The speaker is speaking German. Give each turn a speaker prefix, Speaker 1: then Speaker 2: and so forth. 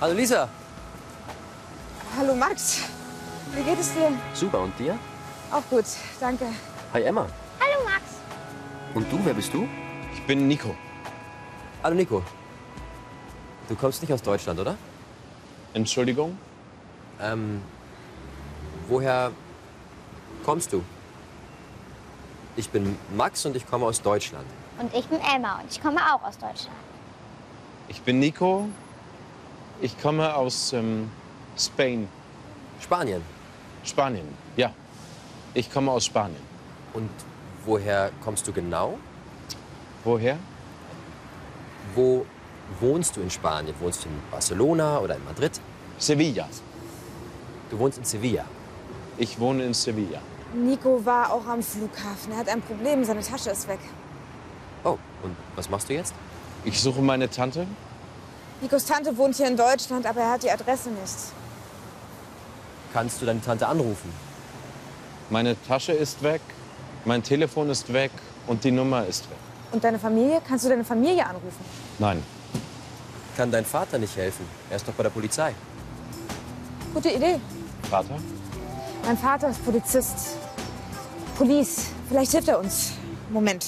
Speaker 1: Hallo Lisa.
Speaker 2: Hallo Max, wie geht es dir?
Speaker 1: Super, und dir?
Speaker 2: Auch gut, danke.
Speaker 1: Hi Emma.
Speaker 3: Hallo Max.
Speaker 1: Und du, wer bist du?
Speaker 4: Ich bin Nico.
Speaker 1: Hallo Nico. Du kommst nicht aus Deutschland, oder?
Speaker 4: Entschuldigung?
Speaker 1: Ähm, woher kommst du? Ich bin Max und ich komme aus Deutschland.
Speaker 3: Und ich bin Elmar und ich komme auch aus Deutschland.
Speaker 4: Ich bin Nico. Ich komme aus ähm, Spain,
Speaker 1: Spanien.
Speaker 4: Spanien. Ja, ich komme aus Spanien.
Speaker 1: Und woher kommst du genau?
Speaker 4: Woher?
Speaker 1: Wo wohnst du in Spanien? Wohnst du in Barcelona oder in Madrid?
Speaker 4: Sevilla.
Speaker 1: Du wohnst in Sevilla.
Speaker 4: Ich wohne in Sevilla.
Speaker 2: Nico war auch am Flughafen. Er hat ein Problem, seine Tasche ist weg.
Speaker 1: Oh, und was machst du jetzt?
Speaker 4: Ich suche meine Tante.
Speaker 2: Nikos Tante wohnt hier in Deutschland, aber er hat die Adresse nicht.
Speaker 1: Kannst du deine Tante anrufen?
Speaker 4: Meine Tasche ist weg. Mein Telefon ist weg. Und die Nummer ist weg.
Speaker 2: Und deine Familie? Kannst du deine Familie anrufen?
Speaker 4: Nein.
Speaker 1: Kann dein Vater nicht helfen? Er ist doch bei der Polizei.
Speaker 2: Gute Idee.
Speaker 4: Vater?
Speaker 2: Mein Vater ist Polizist. Police. Vielleicht hilft er uns. Moment.